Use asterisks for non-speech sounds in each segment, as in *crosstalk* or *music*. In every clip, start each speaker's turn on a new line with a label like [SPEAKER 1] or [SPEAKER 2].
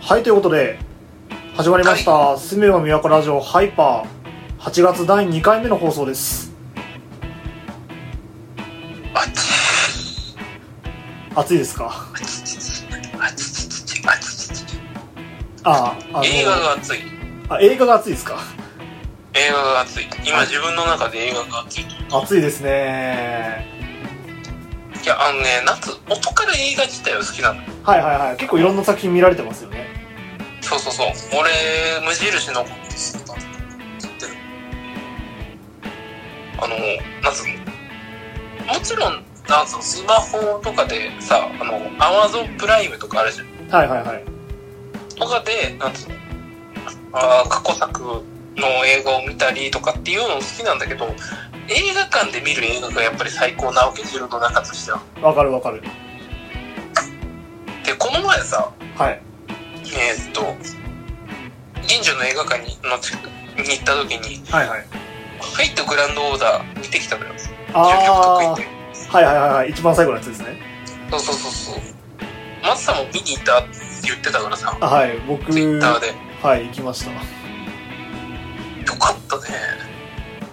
[SPEAKER 1] はいということで始まりました「すめば都ラジオハイパー」8月第2回目の放送です
[SPEAKER 2] あっち
[SPEAKER 1] 暑いですか
[SPEAKER 2] あっちちあっちちちあっちちち
[SPEAKER 1] あああの
[SPEAKER 2] 映画が熱い
[SPEAKER 1] あ映画が暑いですか
[SPEAKER 2] 映画が熱い今自分の中で映画が熱いい
[SPEAKER 1] 暑いですね
[SPEAKER 2] やあのね夏元から映画自体は好きなの
[SPEAKER 1] はいはいはい結構いろんな作品見られてますよね
[SPEAKER 2] そうそうそう俺無印のこと好きだってるあの夏もちろんなんかスマホとかでさあのアマゾンプライムとかあるじゃん
[SPEAKER 1] はいはいはい
[SPEAKER 2] とかでなんつうのあー過去作の映画を見たりとかっていうの好きなんだけど映画館で見る映画がやっぱり最高なわけ自分の中としては。
[SPEAKER 1] わかるわかる
[SPEAKER 2] でこの前さ
[SPEAKER 1] はい
[SPEAKER 2] えーっと銀城の映画館にの近くに行った時に
[SPEAKER 1] はいはい
[SPEAKER 2] 「フェイトグランドオーダー」見てきたのよ究極
[SPEAKER 1] あ
[SPEAKER 2] 得意って
[SPEAKER 1] ーはいはいはいはい一番最後のやつですね
[SPEAKER 2] そうそうそうそう松さんも見に行ったって言ってたからさ
[SPEAKER 1] あはい僕
[SPEAKER 2] ツイッターで
[SPEAKER 1] はい行きました
[SPEAKER 2] よかったね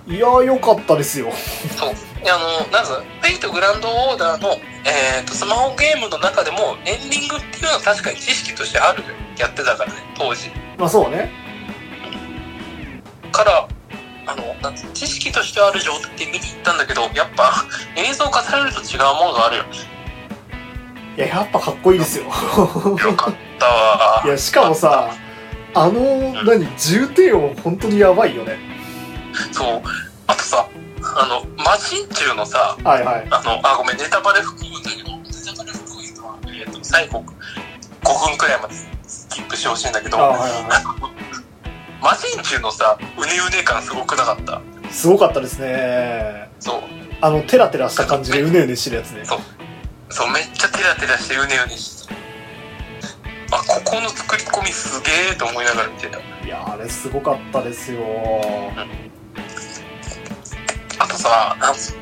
[SPEAKER 1] いやーよかったですよ
[SPEAKER 2] そう。であの、なんか、フェイトグランドオーダーの、えっ、と、スマホゲームの中でも、エンディングっていうのは確かに知識としてあるよ。やってたからね、当時。
[SPEAKER 1] まあそうね
[SPEAKER 2] から、あの、なんつ知識としてある状態で見に行ったんだけど、やっぱ、 *laughs* 映像化されると違うものがあるよ。
[SPEAKER 1] いややっぱかっこいいですよ
[SPEAKER 2] よかったわ
[SPEAKER 1] *laughs* い。やしかもさあの何重低音本当にやばいよね
[SPEAKER 2] そう。あとさ、あの、マシン中のさ、
[SPEAKER 1] はいはい
[SPEAKER 2] あの、あ、ごめん、ネタバレ含むんだけど、ネタバレ含むのは、えっ、と、最後、5分くらいまでスキップしてほしいんだけ
[SPEAKER 1] あ
[SPEAKER 2] ど、
[SPEAKER 1] はいは
[SPEAKER 2] マシン中のさ、うねうね感すごくなかった。
[SPEAKER 1] いすごかったですね
[SPEAKER 2] そう。
[SPEAKER 1] あのテラテラした感じでうねうねしてるやつね
[SPEAKER 2] そう、めっちゃテラテラしてうねうねしてた。あ、ここの作り込みすげえと思いながら見てた。
[SPEAKER 1] いやあれすごかったですよ
[SPEAKER 2] あとさ、なんつ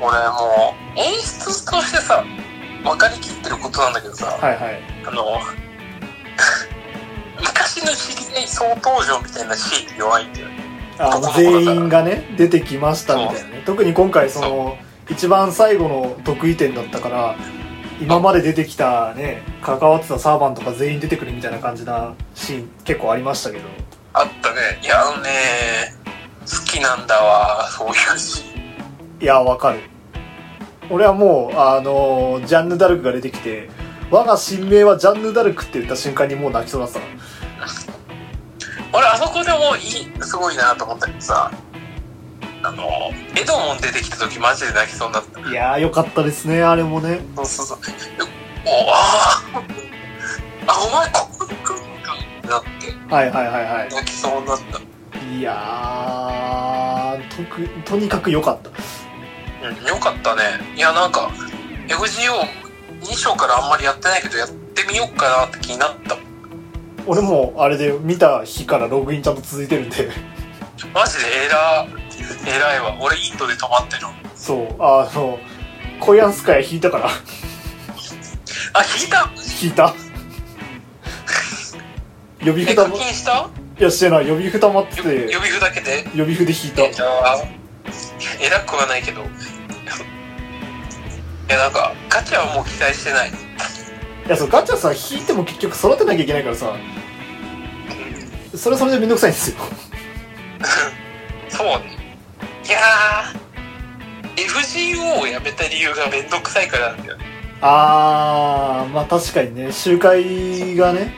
[SPEAKER 2] 俺もう、演出としてさ、分かりきってることなんだけどさ、
[SPEAKER 1] はいはい
[SPEAKER 2] あの、 *laughs* 昔の知り合い総登場みたいなシーンに弱いんだよね。
[SPEAKER 1] あの全員がね出てきましたみたいなね特に今回その一番最後の得意点だったから今まで出てきたね関わってたサーバンとか全員出てくるみたいな感じなシーン結構ありましたけど
[SPEAKER 2] あったね。いや、あのね、好きなんだわ、そういうシーン。
[SPEAKER 1] いやわかる俺はもうあのージャンヌ・ダルクが出てきて「我が新名はジャンヌ・ダルク」って言った瞬間にもう泣きそうになってたから
[SPEAKER 2] 俺あそこでもいいすごいなと思ったけどさあのエドモン出てきた時マジで泣きそうになった
[SPEAKER 1] いやーよかったですねあれもね
[SPEAKER 2] そうそうそうおあーあお前ここに来るのかってなって
[SPEAKER 1] はいはいはいは
[SPEAKER 2] 泣きそうになった、
[SPEAKER 1] いいやーとくとにかく良かった
[SPEAKER 2] うん、よかったねいやなんか FGO2 章からあんまりやってないけどやってみようかなって気になった
[SPEAKER 1] 俺もうあれで見た日からログインちゃんと続いてるんで *laughs*
[SPEAKER 2] マジでエラー偉いわ俺インドで止まってる
[SPEAKER 1] そうあのコヤンスカヤ引いたから
[SPEAKER 2] あ引いた
[SPEAKER 1] 引いた予備
[SPEAKER 2] え
[SPEAKER 1] 札
[SPEAKER 2] 課
[SPEAKER 1] もい
[SPEAKER 2] 金した
[SPEAKER 1] やしてない予備札待って
[SPEAKER 2] よ
[SPEAKER 1] て
[SPEAKER 2] 予備札だけで
[SPEAKER 1] 予備札引いた
[SPEAKER 2] えあ偉くはないけどいやなんかガチャはもう期待してない
[SPEAKER 1] いやそうガチャさ引いても結局育てなきゃいけないからさそれはそれでめんどくさいんですよ
[SPEAKER 2] そうねいやー FGO をやめた理由がめんどくさいからなんだよね
[SPEAKER 1] あーまあ確かにね集会がね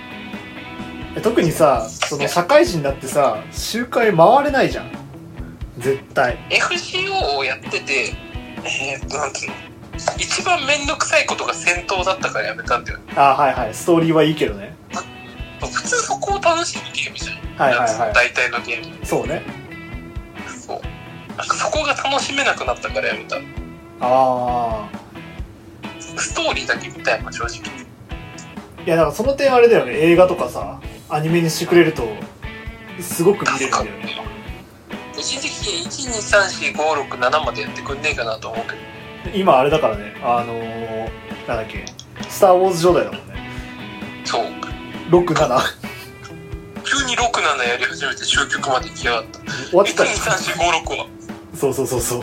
[SPEAKER 1] 特にさその社会人になってさ集会回れないじゃん絶対
[SPEAKER 2] FGO をやっててえー、っとなんつうの一番めんどくさいことが戦闘だったからやめたんだよね
[SPEAKER 1] あーはいはいストーリーはいいけどね
[SPEAKER 2] 普通そこを楽しむゲームじゃん、
[SPEAKER 1] はいはいは
[SPEAKER 2] 大体のゲーム
[SPEAKER 1] いそうね
[SPEAKER 2] そうなんかそこが楽しめなくなったからやめた
[SPEAKER 1] あ
[SPEAKER 2] ストーリーだけ見たいもん正直
[SPEAKER 1] あいやだからその点あれだよね映画とかさアニメにしてくれるとすごく見れるんだよね
[SPEAKER 2] 一時期1234567までやってくんねえかなと思うけど
[SPEAKER 1] 今あれだからねあのー、なんだっけ「スター・ウォーズ」状態だもんね
[SPEAKER 2] そう
[SPEAKER 1] 67
[SPEAKER 2] に6、7やり始めて終局まで行きやがった。
[SPEAKER 1] 終わっ
[SPEAKER 2] 1、
[SPEAKER 1] てた
[SPEAKER 2] 2、
[SPEAKER 1] よ
[SPEAKER 2] 3、4、5、6は。
[SPEAKER 1] そうそうそうそう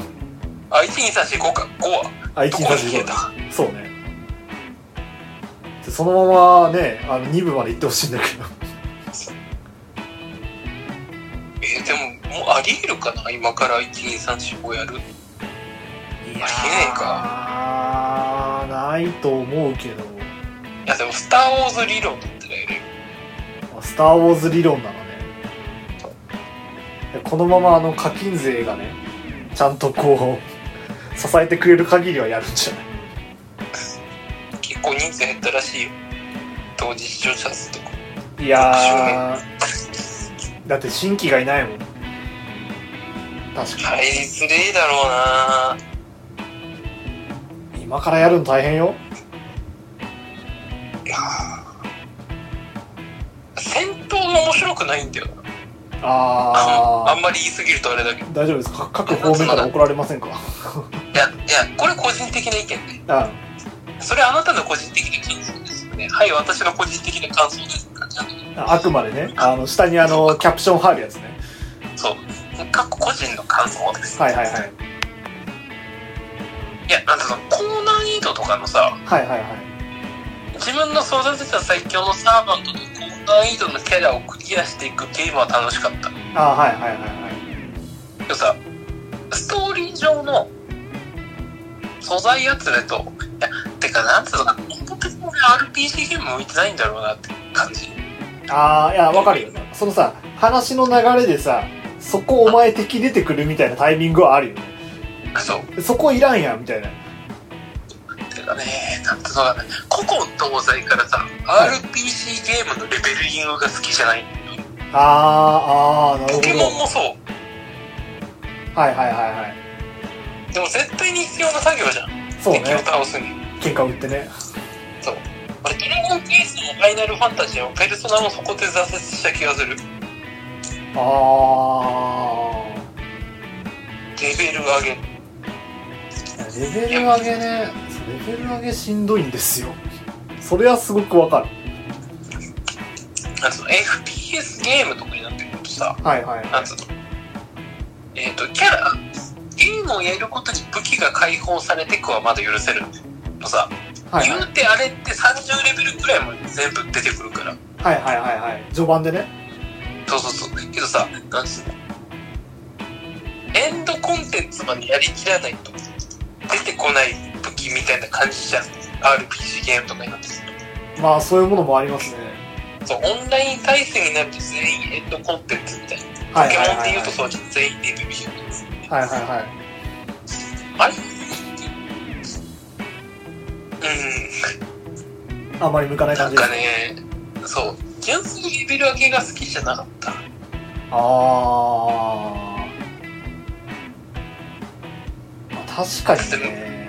[SPEAKER 2] あ、1、2、3、4、5か。5は。
[SPEAKER 1] あ1
[SPEAKER 2] ど
[SPEAKER 1] 2
[SPEAKER 2] こに消え
[SPEAKER 1] 3 4
[SPEAKER 2] た
[SPEAKER 1] そうねでそのままねあの2部まで行ってほしいんだけど
[SPEAKER 2] えーでも、もうありえるかな今から1、2、3、4、5やる。
[SPEAKER 1] い
[SPEAKER 2] やー消えない
[SPEAKER 1] かないと思うけど
[SPEAKER 2] いや、でも、スター・ウォーズ理論だったらやれる。
[SPEAKER 1] まあスター・ウォーズ理論なのねいやこのままあの課金税がねちゃんとこう支えてくれる限りはやるんじゃない
[SPEAKER 2] 結構人数減ったらしいよ。当時視聴者数とか。
[SPEAKER 1] いやーだって新規がいないもん確か
[SPEAKER 2] 入りづれえだろうな
[SPEAKER 1] に今からやるの大変よ
[SPEAKER 2] いやー戦闘が面白くないんだよなあんあ
[SPEAKER 1] あ
[SPEAKER 2] んまり言いすぎるとあれだけど
[SPEAKER 1] ー大丈夫ですか各方面から怒られませんか
[SPEAKER 2] いやいやこれ個人的な意見ね
[SPEAKER 1] あ
[SPEAKER 2] それあなたの個人的な感想ですよねはい私の個人的な感想ですって感じなんだけ
[SPEAKER 1] あくまでねあの下にあのキャプション貼るやつね
[SPEAKER 2] どそう各個人の感想です
[SPEAKER 1] はいはいはい
[SPEAKER 2] いやなんかその高難易度とかのさ
[SPEAKER 1] はいはいはい
[SPEAKER 2] 自分の育てた最強のサーバントの高難易度のキャラをクリアしていくゲームは楽しかった
[SPEAKER 1] あーはいはいはいはい
[SPEAKER 2] でもさストーリー上の素材集めといやてかなんつうのかな根本的に俺 RPG ゲーム向いてないんだろうなって感じ
[SPEAKER 1] ああいやわかるよそのさ話の流れでさそこお前敵出てくるみたいなタイミングはあるよね
[SPEAKER 2] そう
[SPEAKER 1] そこいらんやみたいな
[SPEAKER 2] てかねなんつうのかな古今東西からさ
[SPEAKER 1] はい
[SPEAKER 2] RPG ゲームのレベリングが好きじゃない
[SPEAKER 1] あーあーなるほ
[SPEAKER 2] ポケモン
[SPEAKER 1] ど
[SPEAKER 2] もそう
[SPEAKER 1] はいはいはいはい
[SPEAKER 2] でも絶対に必要な作業じゃん、
[SPEAKER 1] そう
[SPEAKER 2] 敵を
[SPEAKER 1] ね
[SPEAKER 2] 倒すに
[SPEAKER 1] 喧嘩売ってね
[SPEAKER 2] 俺ドラゴンクエストもファイナルファンタジーもペルソナもそこで挫折した気がする
[SPEAKER 1] あ
[SPEAKER 2] レベル上げ
[SPEAKER 1] あレベル上げねレベル上げしんどいんですよそれはすごくわかる
[SPEAKER 2] なんつうの FPS ゲームとかになってくるとさ
[SPEAKER 1] はいはい
[SPEAKER 2] なんつうのえっ、と、キャラ、ゲームをやることに武器が解放されてくはまだ許せるんだよ。もうさ、
[SPEAKER 1] はい
[SPEAKER 2] 言うてあれって30レベルくらいまで全部出てくるから。
[SPEAKER 1] はいはいはいはいはい序盤でね
[SPEAKER 2] そうそうそう。けどさ、なんつうのエンドコンテンツまでやりきらないと出てこない武器みたいな感じじゃん。RPG ゲームとかになってくる
[SPEAKER 1] まあそういうものもありますね
[SPEAKER 2] とそう、オンライン対戦になると全員エンドコンテンツみたいな。
[SPEAKER 1] は
[SPEAKER 2] ポ
[SPEAKER 1] い
[SPEAKER 2] ケモ
[SPEAKER 1] は
[SPEAKER 2] ン
[SPEAKER 1] い
[SPEAKER 2] っ
[SPEAKER 1] はいは
[SPEAKER 2] て言うとそう、全員 APP なんです。
[SPEAKER 1] いはいはいはい
[SPEAKER 2] あれうん、
[SPEAKER 1] あんまり向かない
[SPEAKER 2] な
[SPEAKER 1] 感
[SPEAKER 2] ん
[SPEAKER 1] じです
[SPEAKER 2] かね、そう、純粋にレベル上げが好きじゃなかっ
[SPEAKER 1] あ
[SPEAKER 2] た。
[SPEAKER 1] ー、まあ確かにね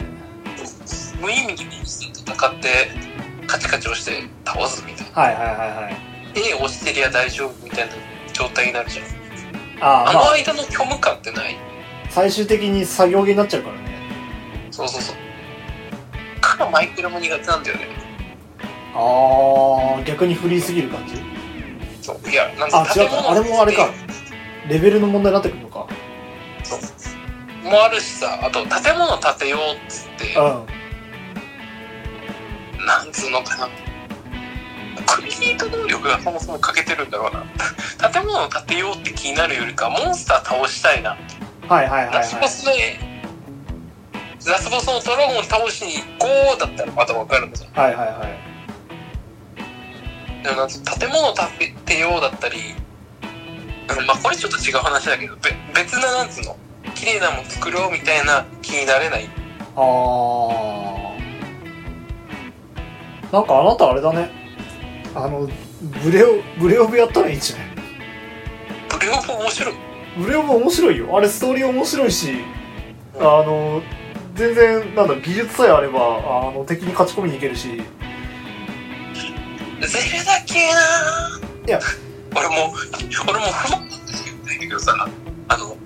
[SPEAKER 2] 無意味にミスと戦って、カチカチ押して倒すみたいな。
[SPEAKER 1] はいはいはいはい
[SPEAKER 2] A 押してりゃ大丈夫みたいな状態になるじゃん。
[SPEAKER 1] あ
[SPEAKER 2] あ
[SPEAKER 1] ーま
[SPEAKER 2] の
[SPEAKER 1] あ
[SPEAKER 2] 間の虚無感ってない
[SPEAKER 1] 最終的に作業着になっちゃうからね
[SPEAKER 2] そうそうそう。からマイクラも苦手なんだよね。
[SPEAKER 1] あー逆にフリーすぎる感じ
[SPEAKER 2] そう。いや、なん
[SPEAKER 1] あ
[SPEAKER 2] か
[SPEAKER 1] 違うかあれもあれか
[SPEAKER 2] も
[SPEAKER 1] レベルの問題になってくるのか
[SPEAKER 2] あるしさ、あと建物建てようっつって、
[SPEAKER 1] う
[SPEAKER 2] なんつうのかな。クリエイト能力がそもそも欠けてるんだろうな。 *laughs* 建物を建てようって気になるよりか、モンスター倒したいな。
[SPEAKER 1] んはいはいはいは
[SPEAKER 2] ラスボ
[SPEAKER 1] い
[SPEAKER 2] スの、ラスボスのドラゴン倒しに行こうだったらまだわかるんだよ。
[SPEAKER 1] はいはいはい
[SPEAKER 2] でもなんつう建物を建てようだったり、うんまあこれちょっと違う話だけど、べ別ななんつうの、綺麗なもん作ろうみたいな気になれない。
[SPEAKER 1] あーなんかあなたあれだねあのブレオブレオブやったらいいんじゃない
[SPEAKER 2] ブレオフ面白い。
[SPEAKER 1] ブレオも面白いよあれストーリー面白いしあの全然なんだ技術さえあればあの敵に勝ち込みにいけるし
[SPEAKER 2] ゼルダ系なぁ
[SPEAKER 1] いや
[SPEAKER 2] 俺も俺も不満なんですけどねけどさあの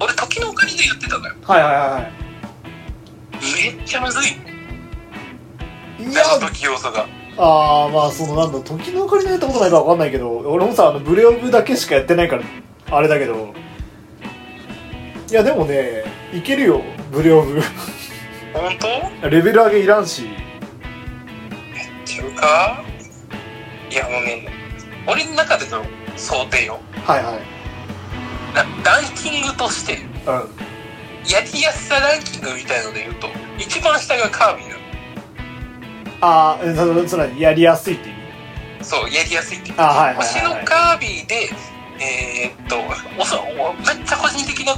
[SPEAKER 2] 俺時のオカリナやってたのよ
[SPEAKER 1] はいはいはいは
[SPEAKER 2] めっちゃむずい
[SPEAKER 1] いいや
[SPEAKER 2] 謎解き要素が
[SPEAKER 1] ああまあそのなんだ時の明かりのやったことないから分かんないけど俺もさあのブレオブだけしかやってないからあれだけどいやでもねいけるよブレオブ
[SPEAKER 2] 本当
[SPEAKER 1] レベル上げいらんし
[SPEAKER 2] ちゃうかいやもうね俺の中での想定よ
[SPEAKER 1] はいはい
[SPEAKER 2] ラランキングとして
[SPEAKER 1] う
[SPEAKER 2] やりやすさランキングみたいので言うと一番下がカービィなの
[SPEAKER 1] んああそそれはやりやすいって意味
[SPEAKER 2] そうやりやすいっていう
[SPEAKER 1] あーはいはい
[SPEAKER 2] 星
[SPEAKER 1] はい、
[SPEAKER 2] の
[SPEAKER 1] はい、
[SPEAKER 2] カービィでえーっとおそおめっちゃ個人的な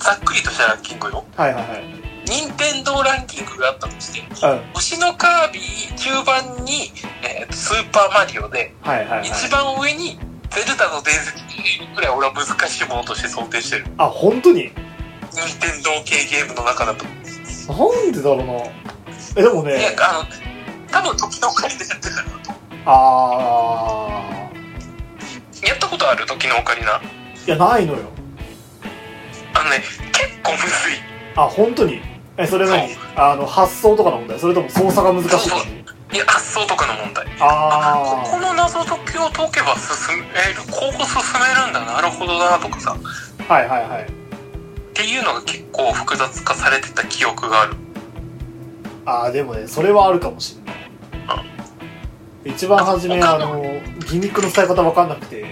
[SPEAKER 2] ざっくりとしたランキングよ
[SPEAKER 1] はいはいはい
[SPEAKER 2] 任天堂ランキングがあったとして
[SPEAKER 1] うん
[SPEAKER 2] 星のカービィ中盤に、えーっとスーパーマリオで
[SPEAKER 1] はいはいはい
[SPEAKER 2] 一番上にゼルダの伝説ぐらい俺は難しいものとして想定してる
[SPEAKER 1] あ本当に
[SPEAKER 2] 任天堂系ゲームの中だと
[SPEAKER 1] なんでだろうなえでも
[SPEAKER 2] いや
[SPEAKER 1] ね
[SPEAKER 2] あの多分時のオカリナやってたから
[SPEAKER 1] ああ
[SPEAKER 2] やったことある時のオカリナあ
[SPEAKER 1] いやないのよ
[SPEAKER 2] のね結構むずい
[SPEAKER 1] あ本当にえそれ何
[SPEAKER 2] そ
[SPEAKER 1] あの発想とかの問題それとも操作が難しい
[SPEAKER 2] そ
[SPEAKER 1] 感
[SPEAKER 2] うそ
[SPEAKER 1] じ
[SPEAKER 2] いや発想とかの問題
[SPEAKER 1] あ
[SPEAKER 2] ここ
[SPEAKER 1] あ
[SPEAKER 2] の謎解きを解けば進めるこう進めるんだなるほどなとかさっ
[SPEAKER 1] はいはいはい
[SPEAKER 2] ていうのが結構複雑化されてた記憶がある
[SPEAKER 1] ああでもねそれはあるかもしれない一番初めあ
[SPEAKER 2] 他
[SPEAKER 1] のギミックの使い方分かんなくて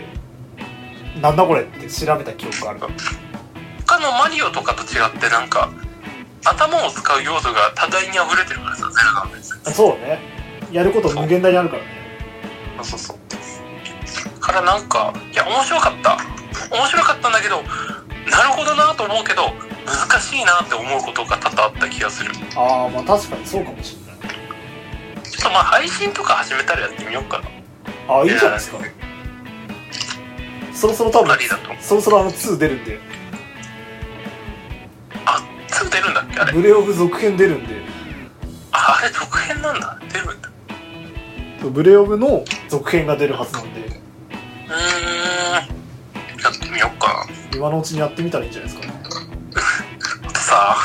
[SPEAKER 1] なんだこれって調べた記憶がある
[SPEAKER 2] 他のマリオとかと違ってなんか頭を使う要素が多大に溢れてるからさゼルダのやつ
[SPEAKER 1] あそうねやること無限大にあるからね
[SPEAKER 2] そうそうそうからなんかいや面白かった面白かったんだけどなるほどなと思うけど難しいなって思うことが多々あった気がするちょ
[SPEAKER 1] ああまあ確かにそうかもしれない
[SPEAKER 2] っとまあ配信とか始めたらやってみようかな
[SPEAKER 1] ああいいじゃないですかそろそろ多分
[SPEAKER 2] ありだと
[SPEAKER 1] そろそろあの2出るんで
[SPEAKER 2] あすぐ出るんだっけあれ
[SPEAKER 1] ブレオブ続編出るんで
[SPEAKER 2] ああれ続編なんだ出るんだ
[SPEAKER 1] ブレオブの続編が出るはずなんで
[SPEAKER 2] うーんやってみようか
[SPEAKER 1] 今のうちにやってみたらいいんじゃないですかね
[SPEAKER 2] なあとさ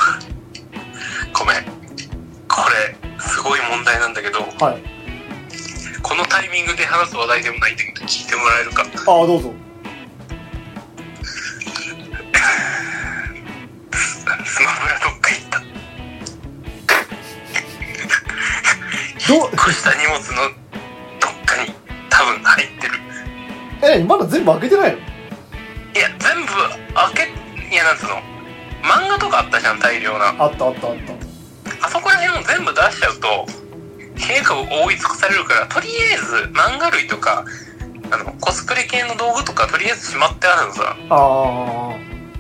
[SPEAKER 2] ごめんこれすごい問題なんだけど
[SPEAKER 1] はい
[SPEAKER 2] このタイミングで話す話題でもないんだけど聞いてもらえるか
[SPEAKER 1] ああどうぞ
[SPEAKER 2] スマブラどっか行った
[SPEAKER 1] どう
[SPEAKER 2] こうした荷物のどっかに多分入ってる
[SPEAKER 1] えまだ全部開けてないの
[SPEAKER 2] いや全部開けいやなんつうの漫画とかあったじゃん大量な
[SPEAKER 1] あったあったあった
[SPEAKER 2] あそこら辺を全部出しちゃうと陛下を覆い尽くされるからとりあえず漫画類とかあのコスプレ系の道具とかとりあえずしまってあるの
[SPEAKER 1] あ
[SPEAKER 2] さ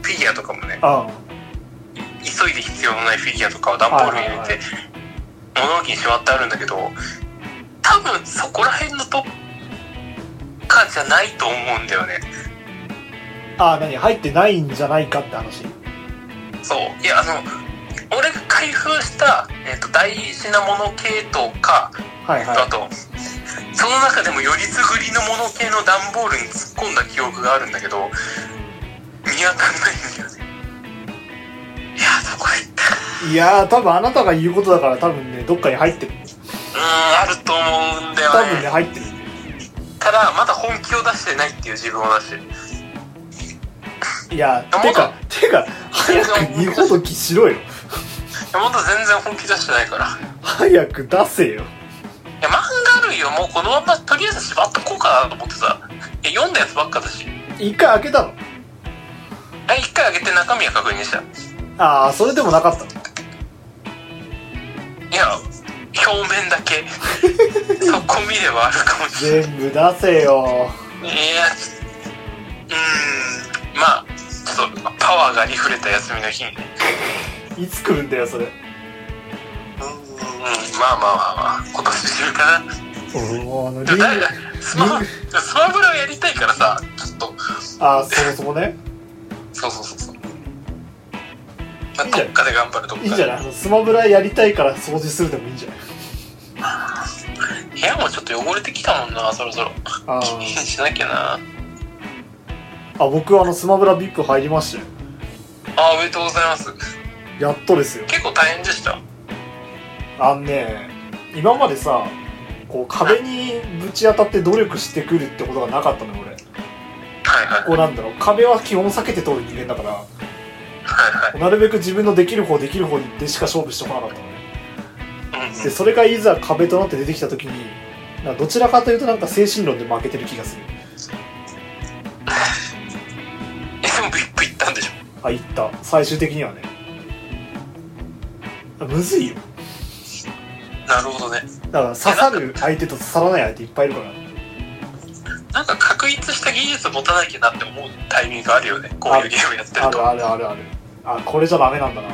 [SPEAKER 2] フィギュアとかもね
[SPEAKER 1] ああ
[SPEAKER 2] 急いで必要のないフィギュアとかを段ボールに入れて物置にしまってあるんだけど多分そこら辺のどっかじゃないと思うんだよね
[SPEAKER 1] ああ何入ってないんじゃないかって話
[SPEAKER 2] そういやあの俺が開封した、えっと大事なもの系統か、
[SPEAKER 1] はい
[SPEAKER 2] あ
[SPEAKER 1] は
[SPEAKER 2] とその中でもよりすぐりのもの系の段ボールに突っ込んだ記憶があるんだけど見当たんないんだよねいやそこ行った
[SPEAKER 1] いいやー多分あなたが言うことだから多分ねどっかに入ってる
[SPEAKER 2] うーんあると思うんだ
[SPEAKER 1] 多
[SPEAKER 2] よ
[SPEAKER 1] 分
[SPEAKER 2] ね
[SPEAKER 1] ね入ってるんで
[SPEAKER 2] ただまだ本気を出してないっていう自分を出してる
[SPEAKER 1] いやてかてか早く二ほどきしろよ
[SPEAKER 2] まだ全然本気出してないからい
[SPEAKER 1] 早く出せよ
[SPEAKER 2] や漫画類をもうこのままとりあえず縛っとこうかなと思ってさいや読んだやつばっかだし
[SPEAKER 1] 一回開けたの
[SPEAKER 2] あ一回あげて中身は確認した
[SPEAKER 1] ああそれでもなかったの
[SPEAKER 2] いや表面だ
[SPEAKER 1] *laughs*
[SPEAKER 2] けそこ見ればあるかもしれない
[SPEAKER 1] 全部出せよ
[SPEAKER 2] いやうーんまあちょっとパワーがありふれた休みの日にね
[SPEAKER 1] いつ来るんだよそれ
[SPEAKER 2] うーんまあまあまあまあ今年中かな
[SPEAKER 1] おーあの
[SPEAKER 2] で
[SPEAKER 1] リ
[SPEAKER 2] も誰
[SPEAKER 1] ン
[SPEAKER 2] がスマスマブラをやりたいからさちょっと
[SPEAKER 1] ああそもそもね
[SPEAKER 2] そうそうそうそうまあ
[SPEAKER 1] いいじゃん
[SPEAKER 2] どっかで頑張るどっか
[SPEAKER 1] いいん
[SPEAKER 2] で
[SPEAKER 1] じゃないあのスマブラやりたいから掃除するでもいいんじゃない
[SPEAKER 2] 部屋もちょっと汚れてきたもんなそろそろ
[SPEAKER 1] あ
[SPEAKER 2] きれいにしなきゃな
[SPEAKER 1] ーあ僕あのスマブラ VIP 入りましたよ
[SPEAKER 2] あおめでとうございます
[SPEAKER 1] やっとですよ
[SPEAKER 2] 結構大変でした
[SPEAKER 1] あのね今までさこう壁にぶち当たって努力してくるってことがなかったのよ俺
[SPEAKER 2] はいはい
[SPEAKER 1] こうなんだろう壁は基本避けて通る人間だから
[SPEAKER 2] はい
[SPEAKER 1] なるべく自分のできる方できる方でしか勝負してこなかったのね
[SPEAKER 2] はいうんうん
[SPEAKER 1] でそれがいざ壁となって出てきた時になんかどちらかというとなんか精神論で負けてる気がする
[SPEAKER 2] えでもグリップいったんでしょ
[SPEAKER 1] あいった最終的にはねあむずいよ
[SPEAKER 2] なるほどね
[SPEAKER 1] だから刺さる相手と刺さらない相手いっぱいいるから
[SPEAKER 2] なんか確立した技術持たなきゃなって思うタイミングがあるよねこういうゲームやってる
[SPEAKER 1] あ
[SPEAKER 2] と
[SPEAKER 1] るあるあるあるあこれじゃダメなんだな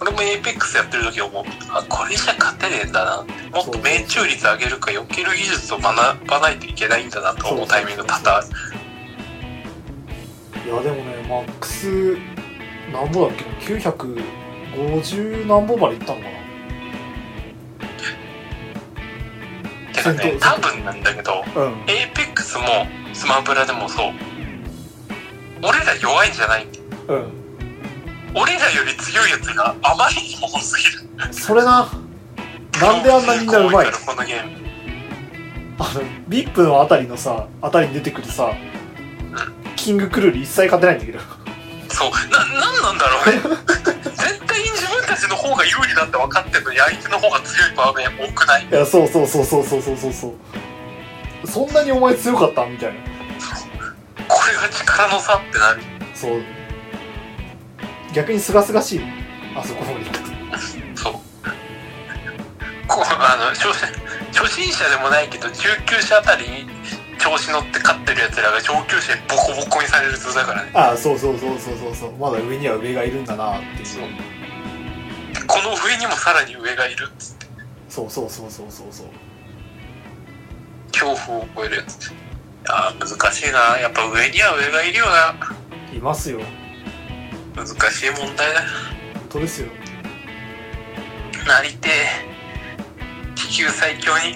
[SPEAKER 2] 俺も APEX やってる時思うあこれじゃ勝てねえんだなってもっと命中率上げるか避ける技術を学ばないといけないんだなと思うタイミング多々ある
[SPEAKER 1] いやでもねマックス何ぼだっけな950何本までいったのかそ
[SPEAKER 2] てか
[SPEAKER 1] うそ
[SPEAKER 2] ね
[SPEAKER 1] う
[SPEAKER 2] 多分なんだけど
[SPEAKER 1] なうん
[SPEAKER 2] APEX もスマブラでもそう俺ら弱いんじゃない
[SPEAKER 1] うん
[SPEAKER 2] 俺らより強いやつがあまりにも多すぎる
[SPEAKER 1] それななんであんなみんなうまい
[SPEAKER 2] すごからこのゲーム
[SPEAKER 1] あのビップのあたりのさあたりに出てくるさキングクルール一切勝てないんだけど *laughs*
[SPEAKER 2] そうななんなんだろうね絶対に自分たちの方が有利だって分かってるのに相手の方が強い場面多くない
[SPEAKER 1] いやそうそうそうそうそうそうそうそうそんなにお前強かったみたいな
[SPEAKER 2] これが力の差ってなる
[SPEAKER 1] そう逆にすがすがしいあそこまで行った
[SPEAKER 2] そう。こうあの初初心者でもないけど中級者あたりに調子乗って勝ってるやつらが上級者にボコボコにされる図だからね
[SPEAKER 1] ああそうそうそうそうそうそうまだ上には上がいるんだなっていう
[SPEAKER 2] そうこの上にもさらに上がいるっつって
[SPEAKER 1] そうそうそうそうそうそう
[SPEAKER 2] 恐怖を覚えるやついやー難しいなやっぱ上には上がいるよない
[SPEAKER 1] ますよ
[SPEAKER 2] 難しい問題だ
[SPEAKER 1] 本当ですよ
[SPEAKER 2] なりてえ地球最強に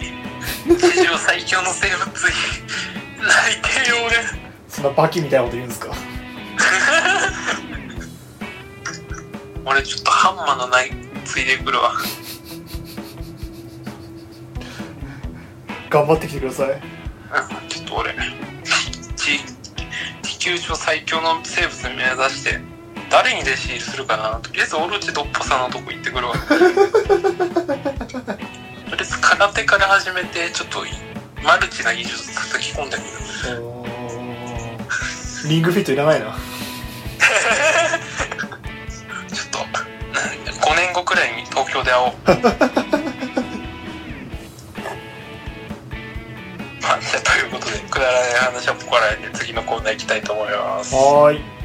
[SPEAKER 2] 地上最強の生物になりてえよ俺
[SPEAKER 1] そんなバキみたいなこと言うんですか
[SPEAKER 2] 俺ちょっとハンマーのないついでくるわ
[SPEAKER 1] 頑張ってきてください
[SPEAKER 2] うんちょっと俺地地球上最強の生物目指して誰に弟子入りするかなとりあえずオロチドッポさんのとこ行ってくるわとりあえず空手から始めてちょっとマルチな技術叩き込んでくる
[SPEAKER 1] うーんリングフィットいらないな
[SPEAKER 2] ちょっと5年後くらいに東京で *laughs* 会おうまあじゃあということでくだらない話はここら辺で次のコーナー行きたいと思います
[SPEAKER 1] はーい